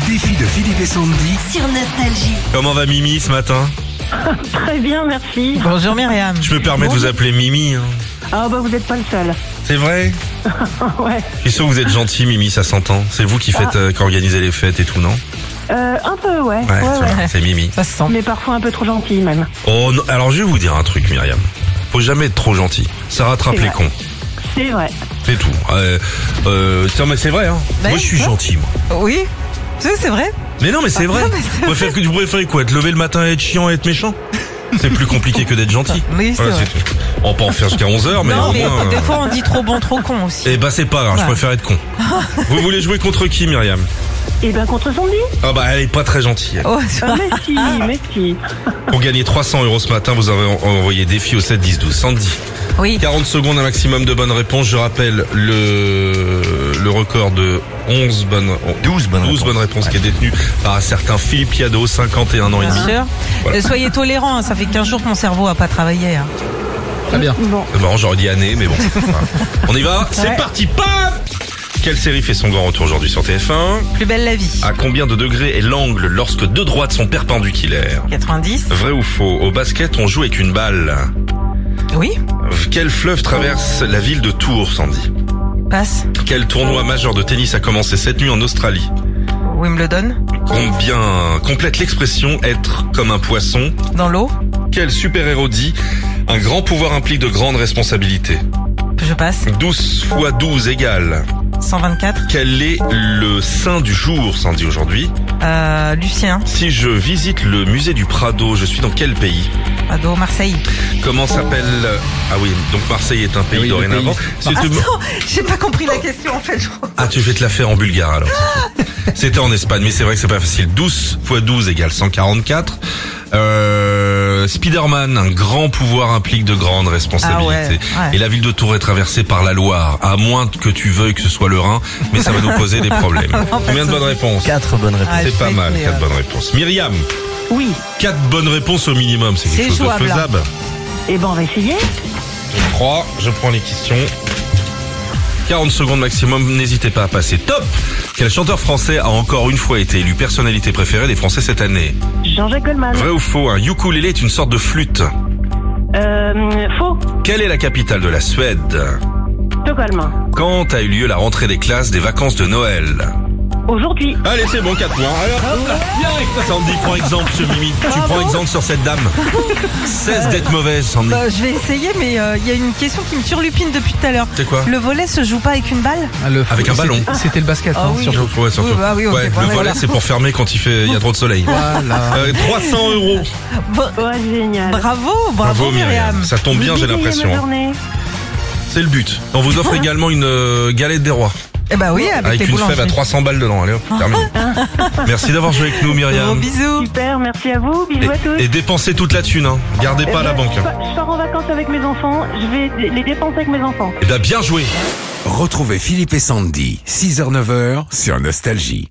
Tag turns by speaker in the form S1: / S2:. S1: Philippe et Sandy.
S2: sur Nostalgie.
S3: Comment va Mimi ce matin
S4: Très bien, merci.
S5: Bonjour Myriam.
S3: Je me permets de vous appeler Mimi. hein.
S4: Ah bah vous n'êtes pas le seul.
S3: C'est vrai
S4: ouais.
S3: Je suis sûr que vous êtes gentil Mimi, ça s'entend. C'est vous qui faites, euh, qui organisez les fêtes et tout, non
S4: Euh, un peu, ouais.
S3: Ouais,
S4: ouais,
S3: tu
S4: ouais.
S3: vois, c'est Mimi.
S5: Ça se sent.
S4: Mais parfois un peu trop gentil même.
S3: Oh non, alors je vais vous dire un truc Myriam. Faut jamais être trop gentil. Ça rattrape
S4: C'est
S3: les
S4: vrai.
S3: cons.
S4: C'est vrai.
S3: C'est tout. Euh, euh, tiens, mais c'est vrai, hein.
S5: Bah,
S3: moi je suis
S5: ouais.
S3: gentil, moi.
S5: Oui, Tu sais, c'est vrai.
S3: Mais non, mais c'est vrai.
S5: non, mais c'est
S3: Vous préférez, vous préférez quoi Te lever le matin et être chiant et être méchant C'est plus compliqué que d'être gentil.
S5: Oui, c'est vrai.
S3: c'est tout. On peut en faire jusqu'à 11h, mais
S5: non,
S3: au
S5: mais
S3: moins.
S5: des
S3: euh,
S5: fois on dit trop bon, trop con aussi.
S3: Eh ben c'est pas grave, je
S5: Ouais.
S3: préfère être con. Vous voulez jouer contre qui Myriam
S4: Et ben contre Sandy
S3: Ah bah elle est pas très gentille. elle.
S5: Oh, c'est
S4: Ah
S5: vrai.
S4: mais si, mais si.
S3: Pour gagner 300 euros ce matin, vous avez en- envoyé défi au 7 10 12 Sandy.
S5: oui.
S3: 40 secondes un maximum de bonnes réponses. Je rappelle le le record de 11 bonnes
S1: 12 bonnes
S3: 12 bonnes réponses qui est détenu par un certain Philippe Piado, 51 ans et
S5: Bien
S3: demi.
S5: sûr.
S3: Hein Voilà.
S5: Euh, Soyez tolérants, hein, ça fait 15 jours que mon cerveau a pas travaillé. hein.
S1: Très bien.
S4: Bon,
S3: C'est marrant, j'aurais dit année, mais bon. Voilà. On y va, c'est
S5: Ouais.
S3: parti. Pam Quelle série fait son grand retour aujourd'hui sur TF1
S5: Plus belle la vie.
S3: À combien de degrés est l'angle lorsque deux droites sont perpendiculaires
S5: 90.
S3: Vrai ou faux Au basket, on joue avec une balle.
S5: Oui.
S3: Quel fleuve traverse la ville de Tours, Sandy
S5: Passe.
S3: Quel tournoi majeur de tennis a commencé cette nuit en Australie
S5: Wimbledon.
S3: Combien complète l'expression être comme un poisson
S5: Dans l'eau.
S3: Quel super-héros dit un grand pouvoir implique de grandes responsabilités
S5: Je passe.
S3: 12 fois 12 égale.
S5: 124.
S3: Quel est le saint du jour, Sandy, aujourd'hui
S5: Euh, Lucien.
S3: Si je visite le musée du Prado, je suis dans quel pays
S5: Ado. Marseille.
S3: Comment s'appelle... Ah oui, donc Marseille est un pays
S1: Ah oui, le
S3: dorénavant.
S1: pays.
S3: C'est une-
S5: Attends, j'ai pas compris la question en fait. je crois.
S3: Ah, tu fais te la faire en bulgare alors.
S5: Ah
S3: C'était en Espagne, mais c'est vrai que c'est pas facile. 12 x 12 égale 144. Euh, Spider-Man, un grand pouvoir implique de grandes responsabilités.
S5: Ah ouais, ouais.
S3: Et la ville de Tours est traversée par la Loire, à moins que tu veuilles que ce soit le Rhin, mais ça va nous poser des problèmes. Combien de bonnes réponses
S1: 4 bonnes réponses.
S5: Ah, je
S3: C'est pas
S5: vais
S3: mal,
S5: être, mais,
S3: 4
S5: euh,
S3: bonnes réponses. Myriam,
S4: oui.
S3: 4 bonnes réponses au minimum, c'est quelque
S5: C'est
S3: chose
S5: jouable,
S3: de
S5: hein.
S3: faisable.
S4: Et ben on va essayer.
S3: Je crois, je prends les questions. 40 secondes maximum, n'hésitez pas à passer. Top Quel chanteur français a encore une fois été élu personnalité préférée des Français cette année
S4: Jean-Jacques Goldman.
S3: Vrai ou faux, un ukulélé est une sorte de flûte.
S4: Euh, faux.
S3: Quelle est la capitale de la Suède
S4: Stockholm.
S3: Quand a eu lieu la rentrée des classes des vacances de Noël
S4: Aujourd'hui.
S3: Allez, c'est bon, 4 points. Alors, hop là, direct. Sandy, prends exemple, ce Mimi. Tu prends exemple sur cette dame. Cesse d'être mauvaise, Sandy.
S5: Bah, je vais essayer, mais euh, il y a une question qui me turlupine depuis tout à l'heure.
S3: C'est quoi
S5: Le volet se joue pas avec une balle
S1: Ah, le
S3: Avec un
S1: foot,
S3: ballon.
S1: c'était- C'était le basket.
S5: Ah
S1: hein,
S5: oui.
S1: surtout.
S3: Ouais, surtout.
S5: Oui, bah oui, ok,
S3: Ouais, le
S5: bon, mais
S3: volet,
S5: voilà.
S3: c'est pour fermer quand il fait, il y a trop de soleil.
S1: Voilà.
S3: Euh, 300 euros.
S5: Bon,
S4: Ouais, génial.
S5: Bravo, bravo Myriam.
S3: Ça tombe bien, j'ai
S4: Vous bégayez ma
S3: l'impression. hein.
S4: journée.
S3: C'est le but. On vous offre également une euh, galette des rois
S5: Eh bah oui, avec,
S3: avec
S5: les
S3: une fève à
S5: boulangeries.
S3: 300 balles dedans. Allez, hop, terminé. Merci d'avoir joué avec nous,
S5: Gros
S3: Myriam.
S5: bisous.
S4: Super, merci à vous. Bisous à tous.
S3: Et, et dépensez toute la thune. Hein. Gardez
S4: Eh
S3: pas la
S4: ben,
S3: banque.
S4: Je pars- je pars en vacances avec mes enfants. Je vais les dépenser avec mes enfants.
S3: Eh bien, bien ben, joué.
S6: Retrouvez Philippe et Sandy, 6h-9h sur Nostalgie.